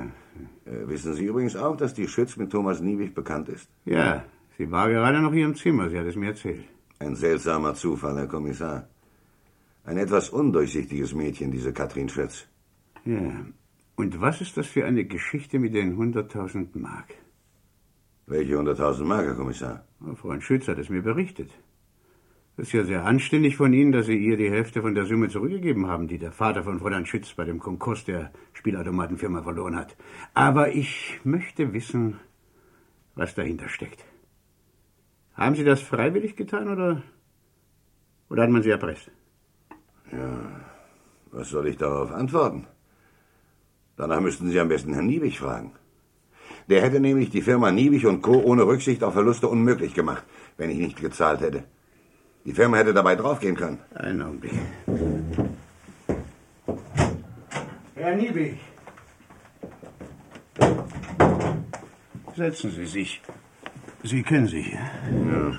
[SPEAKER 3] Äh, wissen Sie übrigens auch, dass die Schütz mit Thomas Niewig bekannt ist?
[SPEAKER 10] Ja, sie war gerade noch in ihrem Zimmer. Sie hat es mir erzählt.
[SPEAKER 3] Ein seltsamer Zufall, Herr Kommissar. Ein etwas undurchsichtiges Mädchen, diese Katrin Schütz.
[SPEAKER 10] Ja. Und was ist das für eine Geschichte mit den 100.000 Mark?
[SPEAKER 3] Welche 100.000 Mark, Herr Kommissar?
[SPEAKER 10] Oh, Freund Schütz hat es mir berichtet. Es ist ja sehr anständig von Ihnen, dass Sie ihr die Hälfte von der Summe zurückgegeben haben, die der Vater von Fräulein Schütz bei dem Konkurs der Spielautomatenfirma verloren hat. Aber ich möchte wissen, was dahinter steckt. Haben Sie das freiwillig getan oder, oder hat man Sie erpresst?
[SPEAKER 3] Ja, was soll ich darauf antworten? Danach müssten Sie am besten Herrn Niebig fragen. Der hätte nämlich die Firma Niebig und Co. ohne Rücksicht auf Verluste unmöglich gemacht, wenn ich nicht gezahlt hätte. Die Firma hätte dabei draufgehen können.
[SPEAKER 10] Einen Augenblick. Herr Niebig. Setzen Sie sich. Sie kennen sich. Ja.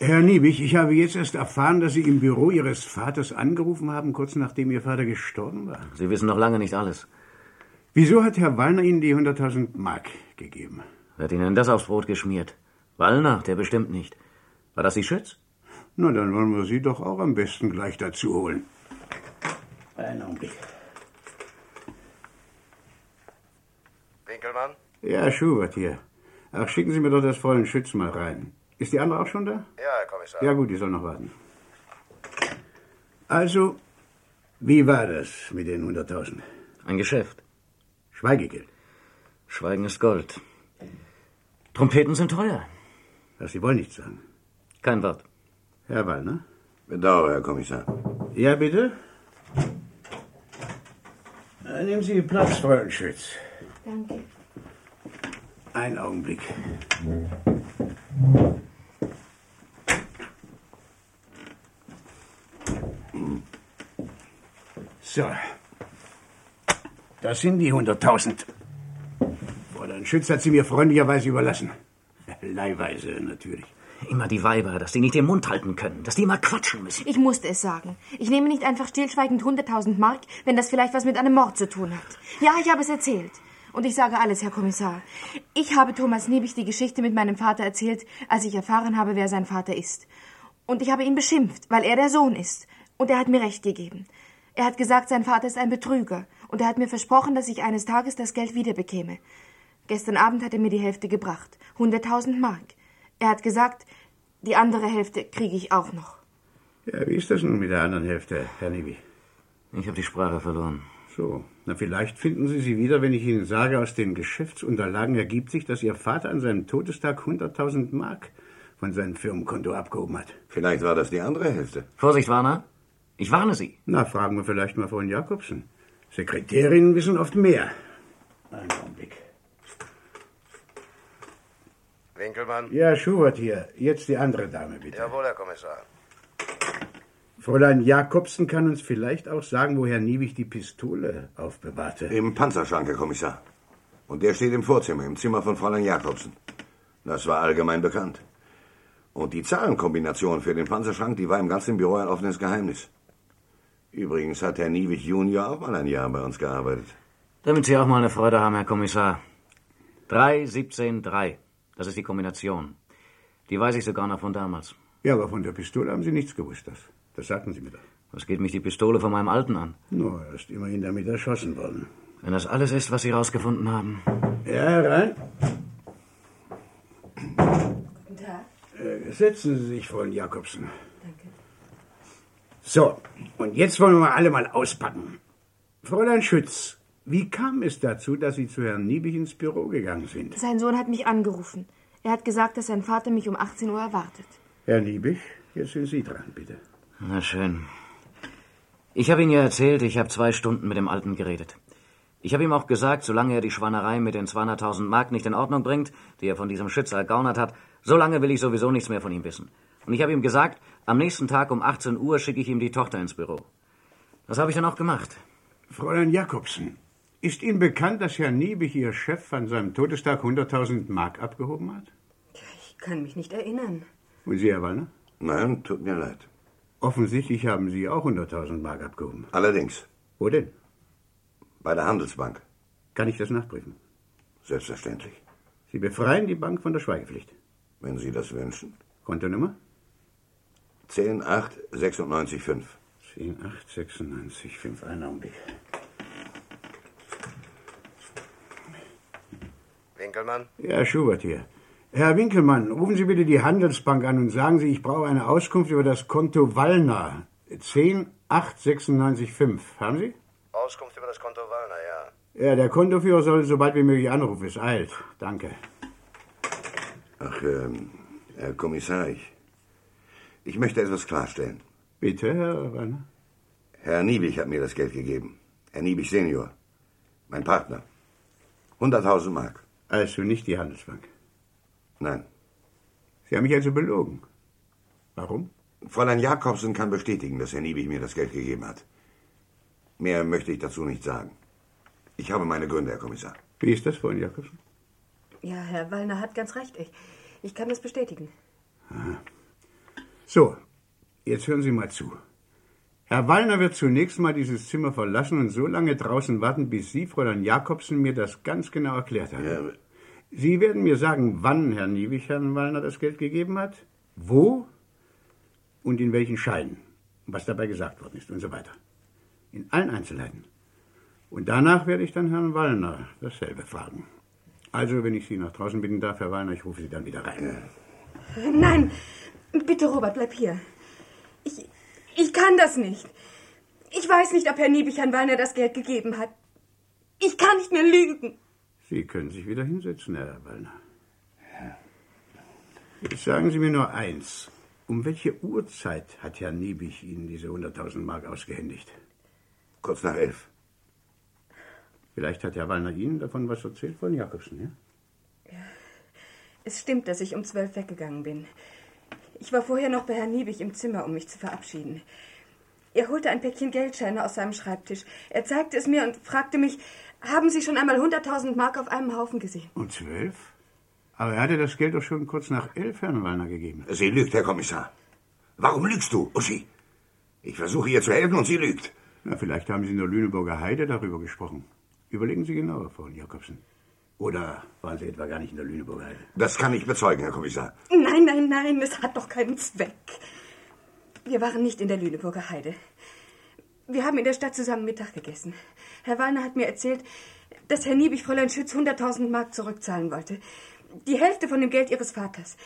[SPEAKER 10] Herr Niebig, ich habe jetzt erst erfahren, dass Sie im Büro Ihres Vaters angerufen haben, kurz nachdem Ihr Vater gestorben war.
[SPEAKER 7] Sie wissen noch lange nicht alles.
[SPEAKER 10] Wieso hat Herr Wallner Ihnen die 100.000 Mark gegeben?
[SPEAKER 7] Wer hat Ihnen das aufs Brot geschmiert? Wallner, der bestimmt nicht. War das die Schütz?
[SPEAKER 10] Na, dann wollen wir Sie doch auch am besten gleich dazu holen. Einen Augenblick.
[SPEAKER 11] Winkelmann?
[SPEAKER 10] Ja, Schubert hier. Ach, schicken Sie mir doch das Fräulein Schütz mal rein. Ist die andere auch schon da?
[SPEAKER 11] Ja, Herr Kommissar.
[SPEAKER 10] Ja gut, die soll noch warten. Also, wie war das mit den 100.000?
[SPEAKER 7] Ein Geschäft.
[SPEAKER 10] Schweigegeld.
[SPEAKER 7] Schweigen ist Gold. Trompeten sind teuer.
[SPEAKER 10] Was Sie wollen nichts sagen.
[SPEAKER 7] Kein Wort.
[SPEAKER 10] Herr Wallner?
[SPEAKER 3] Bedauere, Herr Kommissar.
[SPEAKER 10] Ja, bitte? Na, Äh, Nehmen Sie Platz, Fräulein Schütz.
[SPEAKER 4] Danke.
[SPEAKER 10] Einen Augenblick. So. Das sind die 100.000. Fräulein Schütz hat sie mir freundlicherweise überlassen. Leihweise natürlich.
[SPEAKER 7] Immer die Weiber, dass die nicht den Mund halten können, dass die immer quatschen müssen.
[SPEAKER 4] Ich musste es sagen. Ich nehme nicht einfach stillschweigend 100.000 Mark, wenn das vielleicht was mit einem Mord zu tun hat. Ja, ich habe es erzählt. Und ich sage alles, Herr Kommissar. Ich habe Thomas Niebig die Geschichte mit meinem Vater erzählt, als ich erfahren habe, wer sein Vater ist. Und ich habe ihn beschimpft, weil er der Sohn ist. Und er hat mir recht gegeben. Er hat gesagt, sein Vater ist ein Betrüger. Und er hat mir versprochen, dass ich eines Tages das Geld wiederbekäme. Gestern Abend hat er mir die Hälfte gebracht. 100.000 Mark. Er hat gesagt, die andere Hälfte kriege ich auch noch.
[SPEAKER 10] Ja, wie ist das nun mit der anderen Hälfte, Herr Nibi?
[SPEAKER 7] Ich habe die Sprache verloren.
[SPEAKER 10] So, na vielleicht finden Sie sie wieder, wenn ich Ihnen sage, aus den Geschäftsunterlagen ergibt sich, dass Ihr Vater an seinem Todestag 100.000 Mark von seinem Firmenkonto abgehoben hat.
[SPEAKER 3] Vielleicht war das die andere Hälfte.
[SPEAKER 7] Vorsicht, Warner. Ich warne Sie.
[SPEAKER 10] Na, fragen wir vielleicht mal von Jakobsen. Sekretärinnen wissen oft mehr. Einen Augenblick.
[SPEAKER 11] Winkelmann?
[SPEAKER 10] Ja, Schubert hier. Jetzt die andere Dame, bitte.
[SPEAKER 11] Jawohl, Herr Kommissar.
[SPEAKER 10] Fräulein Jakobsen kann uns vielleicht auch sagen, wo Herr Niewig die Pistole aufbewahrte.
[SPEAKER 3] Im Panzerschrank, Herr Kommissar. Und der steht im Vorzimmer, im Zimmer von Fräulein Jakobsen. Das war allgemein bekannt. Und die Zahlenkombination für den Panzerschrank, die war im ganzen Büro ein offenes Geheimnis. Übrigens hat Herr Niewig Junior auch mal ein Jahr bei uns gearbeitet.
[SPEAKER 7] Damit Sie auch mal eine Freude haben, Herr Kommissar. 3, 17, 3. Das ist die Kombination. Die weiß ich sogar noch von damals.
[SPEAKER 10] Ja, aber von der Pistole haben Sie nichts gewusst, das. Das sagten Sie mir doch.
[SPEAKER 7] Was geht mich die Pistole von meinem Alten an?
[SPEAKER 10] No, er ist immerhin damit erschossen worden.
[SPEAKER 7] Wenn das alles ist, was Sie rausgefunden haben.
[SPEAKER 10] Ja, herein.
[SPEAKER 4] Guten Tag.
[SPEAKER 10] Äh, setzen Sie sich, Freund Jakobsen. Danke. So, und jetzt wollen wir mal alle mal auspacken. Fräulein Schütz, wie kam es dazu, dass Sie zu Herrn Niebig ins Büro gegangen sind?
[SPEAKER 14] Sein Sohn hat mich angerufen. Er hat gesagt, dass sein Vater mich um 18 Uhr erwartet.
[SPEAKER 10] Herr Niebig, jetzt sind Sie dran, bitte.
[SPEAKER 7] Na schön. Ich habe Ihnen ja erzählt, ich habe zwei Stunden mit dem Alten geredet. Ich habe ihm auch gesagt, solange er die Schwanerei mit den 200.000 Mark nicht in Ordnung bringt, die er von diesem Schützer ergaunert hat, so lange will ich sowieso nichts mehr von ihm wissen. Und ich habe ihm gesagt, am nächsten Tag um 18 Uhr schicke ich ihm die Tochter ins Büro. Das habe ich dann auch gemacht.
[SPEAKER 10] Fräulein Jakobsen, ist Ihnen bekannt, dass Herr Niebig, Ihr Chef, an seinem Todestag 100.000 Mark abgehoben hat?
[SPEAKER 4] Ich kann mich nicht erinnern.
[SPEAKER 10] Und Sie, Herr Wallner?
[SPEAKER 3] Nein, tut mir leid.
[SPEAKER 10] Offensichtlich haben Sie auch 100.000 Mark abgehoben.
[SPEAKER 3] Allerdings.
[SPEAKER 10] Wo denn?
[SPEAKER 3] Bei der Handelsbank.
[SPEAKER 10] Kann ich das nachprüfen?
[SPEAKER 3] Selbstverständlich.
[SPEAKER 10] Sie befreien die Bank von der Schweigepflicht.
[SPEAKER 3] Wenn Sie das wünschen.
[SPEAKER 10] Kontonummer?
[SPEAKER 3] 10 8 96 5.
[SPEAKER 10] 10, 8, 96, 5. Einen Augenblick.
[SPEAKER 15] Winkelmann?
[SPEAKER 10] Ja, Schubert hier. Herr Winkelmann, rufen Sie bitte die Handelsbank an und sagen Sie, ich brauche eine Auskunft über das Konto Wallner. 10 8 96 5. Haben Sie?
[SPEAKER 15] Auskunft über das Konto Wallner, ja.
[SPEAKER 10] Ja, der Kontoführer soll sobald wie möglich anrufen. Es eilt. Danke.
[SPEAKER 3] Ach, ähm, Herr Kommissar, ich, ich möchte etwas klarstellen.
[SPEAKER 10] Bitte, Herr Wallner.
[SPEAKER 3] Herr Niebig hat mir das Geld gegeben. Herr Niebig Senior. Mein Partner. 100.000 Mark.
[SPEAKER 10] Also nicht die Handelsbank.
[SPEAKER 3] Nein.
[SPEAKER 10] Sie haben mich also belogen. Warum?
[SPEAKER 3] Fräulein Jakobsen kann bestätigen, dass Herr Niebig mir das Geld gegeben hat. Mehr möchte ich dazu nicht sagen. Ich habe meine Gründe, Herr Kommissar.
[SPEAKER 10] Wie ist das, Freund Jakobsen?
[SPEAKER 4] Ja, Herr Wallner hat ganz recht. Ich, ich kann das bestätigen.
[SPEAKER 10] So, jetzt hören Sie mal zu. Herr Wallner wird zunächst mal dieses Zimmer verlassen und so lange draußen warten, bis Sie, Fräulein Jakobsen, mir das ganz genau erklärt haben. Sie werden mir sagen, wann Herr Niewig Herrn Wallner das Geld gegeben hat, wo und in welchen Scheinen, was dabei gesagt worden ist und so weiter. In allen Einzelheiten. Und danach werde ich dann Herrn Wallner dasselbe fragen. Also, wenn ich Sie nach draußen bitten darf, Herr Wallner, ich rufe Sie dann wieder rein.
[SPEAKER 4] Nein, bitte, Robert, bleib hier. Ich, ich kann das nicht. Ich weiß nicht, ob Herr Niebig Herrn Wallner das Geld gegeben hat. Ich kann nicht mehr lügen.
[SPEAKER 10] Sie können sich wieder hinsetzen, Herr Wallner. Jetzt sagen Sie mir nur eins. Um welche Uhrzeit hat Herr Niebig Ihnen diese 100.000 Mark ausgehändigt?
[SPEAKER 3] Kurz nach elf.
[SPEAKER 10] Vielleicht hat Herr Wallner Ihnen davon was erzählt von Jakobsen, ja?
[SPEAKER 4] Es stimmt, dass ich um zwölf weggegangen bin. Ich war vorher noch bei Herrn Niebig im Zimmer, um mich zu verabschieden. Er holte ein Päckchen Geldscheine aus seinem Schreibtisch. Er zeigte es mir und fragte mich, haben Sie schon einmal 100.000 Mark auf einem Haufen gesehen?
[SPEAKER 10] Um zwölf? Aber er hatte das Geld doch schon kurz nach elf Herrn Wallner gegeben.
[SPEAKER 3] Sie lügt, Herr Kommissar. Warum lügst du, Uschi? Ich versuche ihr zu helfen und sie lügt.
[SPEAKER 10] Na, vielleicht haben Sie in der Lüneburger Heide darüber gesprochen. Überlegen Sie genauer, Frau Jakobsen. Oder waren Sie etwa gar nicht in der Lüneburger Heide?
[SPEAKER 3] Das kann ich bezeugen, Herr Kommissar.
[SPEAKER 4] Nein, nein, nein, es hat doch keinen Zweck. Wir waren nicht in der Lüneburger Heide. Wir haben in der Stadt zusammen Mittag gegessen. Herr Wallner hat mir erzählt, dass Herr Niebig Fräulein Schütz 100.000 Mark zurückzahlen wollte. Die Hälfte von dem Geld ihres Vaters.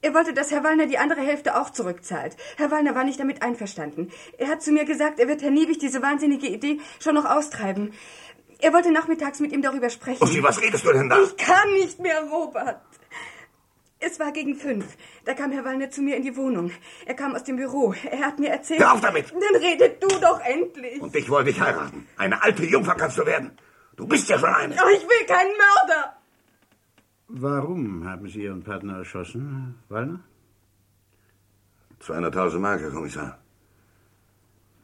[SPEAKER 4] Er wollte, dass Herr Wallner die andere Hälfte auch zurückzahlt. Herr Wallner war nicht damit einverstanden. Er hat zu mir gesagt, er wird Herr Niebig diese wahnsinnige Idee schon noch austreiben. Er wollte nachmittags mit ihm darüber sprechen.
[SPEAKER 7] Oh,
[SPEAKER 3] Uschi, was redest du denn da?
[SPEAKER 4] Ich kann nicht mehr, Robert. Es war gegen fünf. Da kam Herr Wallner zu mir in die Wohnung. Er kam aus dem Büro. Er hat mir erzählt.
[SPEAKER 3] Hör auf damit!
[SPEAKER 4] Dann redet du doch endlich.
[SPEAKER 3] Und ich wollte dich heiraten. Eine alte Jungfer kannst du werden. Du bist ja schon eine.
[SPEAKER 4] Oh, ich will keinen Mörder.
[SPEAKER 10] Warum haben Sie Ihren Partner erschossen, Herr Wallner?
[SPEAKER 3] 200.000 Mark, Herr Kommissar.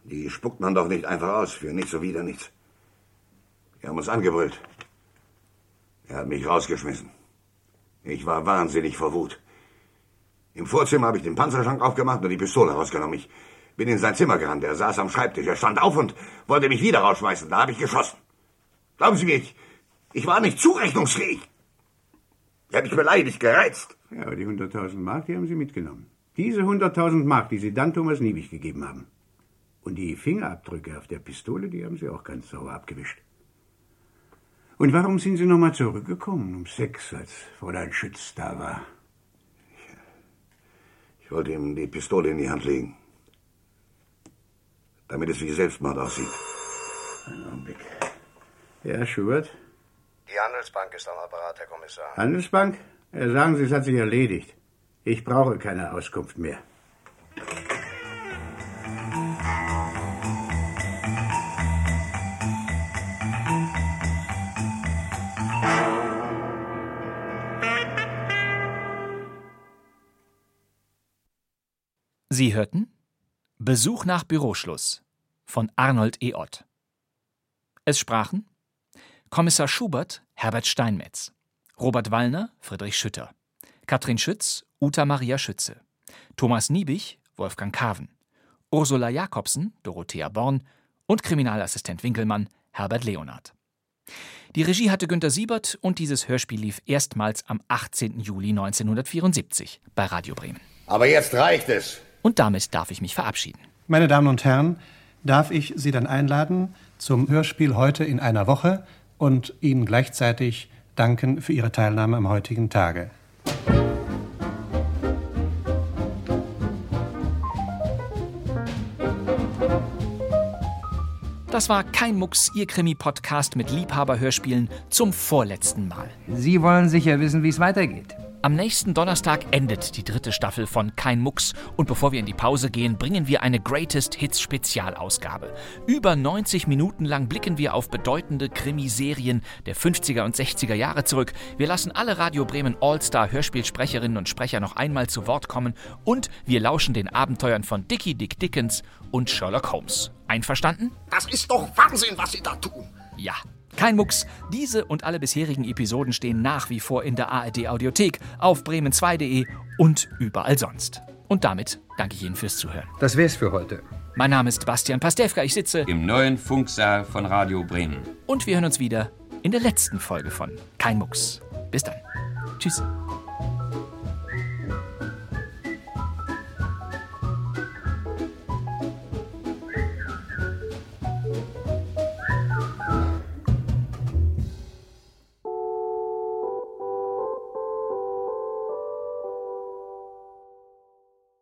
[SPEAKER 3] Die spuckt man doch nicht einfach aus für nichts so wieder nichts. Die haben uns angebrüllt. Er hat mich rausgeschmissen. Ich war wahnsinnig vor Wut. Im Vorzimmer habe ich den Panzerschrank aufgemacht und die Pistole rausgenommen. Ich bin in sein Zimmer gerannt. Er saß am Schreibtisch. Er stand auf und wollte mich wieder rausschmeißen. Da habe ich geschossen. Glauben Sie mir, ich, ich war nicht zurechnungsfähig. Ich habe mich beleidigt, gereizt.
[SPEAKER 10] Ja, aber die 100.000 Mark, die haben Sie mitgenommen. Diese 100.000 Mark, die Sie dann Thomas Niebig gegeben haben. Und die Fingerabdrücke auf der Pistole, die haben Sie auch ganz sauber abgewischt. Und warum sind Sie nochmal zurückgekommen um sechs, als Fräulein Schütz da war?
[SPEAKER 3] Ich wollte ihm die Pistole in die Hand legen. Damit es wie Selbstmord aussieht.
[SPEAKER 10] Einen Augenblick. Ja, Schubert?
[SPEAKER 11] Die Handelsbank ist am Apparat, Herr Kommissar.
[SPEAKER 10] Handelsbank? Ja, sagen Sie, es hat sich erledigt. Ich brauche keine Auskunft mehr.
[SPEAKER 2] Sie hörten Besuch nach Büroschluss von Arnold E. Ott. Es sprachen Kommissar Schubert, Herbert Steinmetz, Robert Wallner, Friedrich Schütter, Katrin Schütz, Uta Maria Schütze, Thomas Niebig, Wolfgang Kaven, Ursula Jakobsen, Dorothea Born und Kriminalassistent Winkelmann, Herbert Leonard. Die Regie hatte Günter Siebert und dieses Hörspiel lief erstmals am 18. Juli 1974 bei Radio Bremen.
[SPEAKER 3] Aber jetzt reicht es.
[SPEAKER 2] Und damit darf ich mich verabschieden.
[SPEAKER 16] Meine Damen und Herren, darf ich Sie dann einladen zum Hörspiel heute in einer Woche und Ihnen gleichzeitig danken für Ihre Teilnahme am heutigen Tage.
[SPEAKER 2] Das war kein Mucks, Ihr Krimi-Podcast mit Liebhaberhörspielen zum vorletzten Mal.
[SPEAKER 17] Sie wollen sicher wissen, wie es weitergeht.
[SPEAKER 2] Am nächsten Donnerstag endet die dritte Staffel von Kein Mucks und bevor wir in die Pause gehen, bringen wir eine Greatest Hits Spezialausgabe. Über 90 Minuten lang blicken wir auf bedeutende Krimiserien der 50er und 60er Jahre zurück. Wir lassen alle Radio Bremen All-Star Hörspielsprecherinnen und Sprecher noch einmal zu Wort kommen und wir lauschen den Abenteuern von Dickie Dick Dickens und Sherlock Holmes. Einverstanden?
[SPEAKER 18] Das ist doch Wahnsinn, was Sie da tun.
[SPEAKER 2] Ja. Kein Mucks. Diese und alle bisherigen Episoden stehen nach wie vor in der ARD Audiothek, auf bremen2.de und überall sonst. Und damit danke ich Ihnen fürs Zuhören.
[SPEAKER 17] Das wär's für heute.
[SPEAKER 2] Mein Name ist Bastian Pastewka, ich sitze
[SPEAKER 19] im neuen Funksaal von Radio Bremen.
[SPEAKER 2] Und wir hören uns wieder in der letzten Folge von Kein Mucks. Bis dann. Tschüss.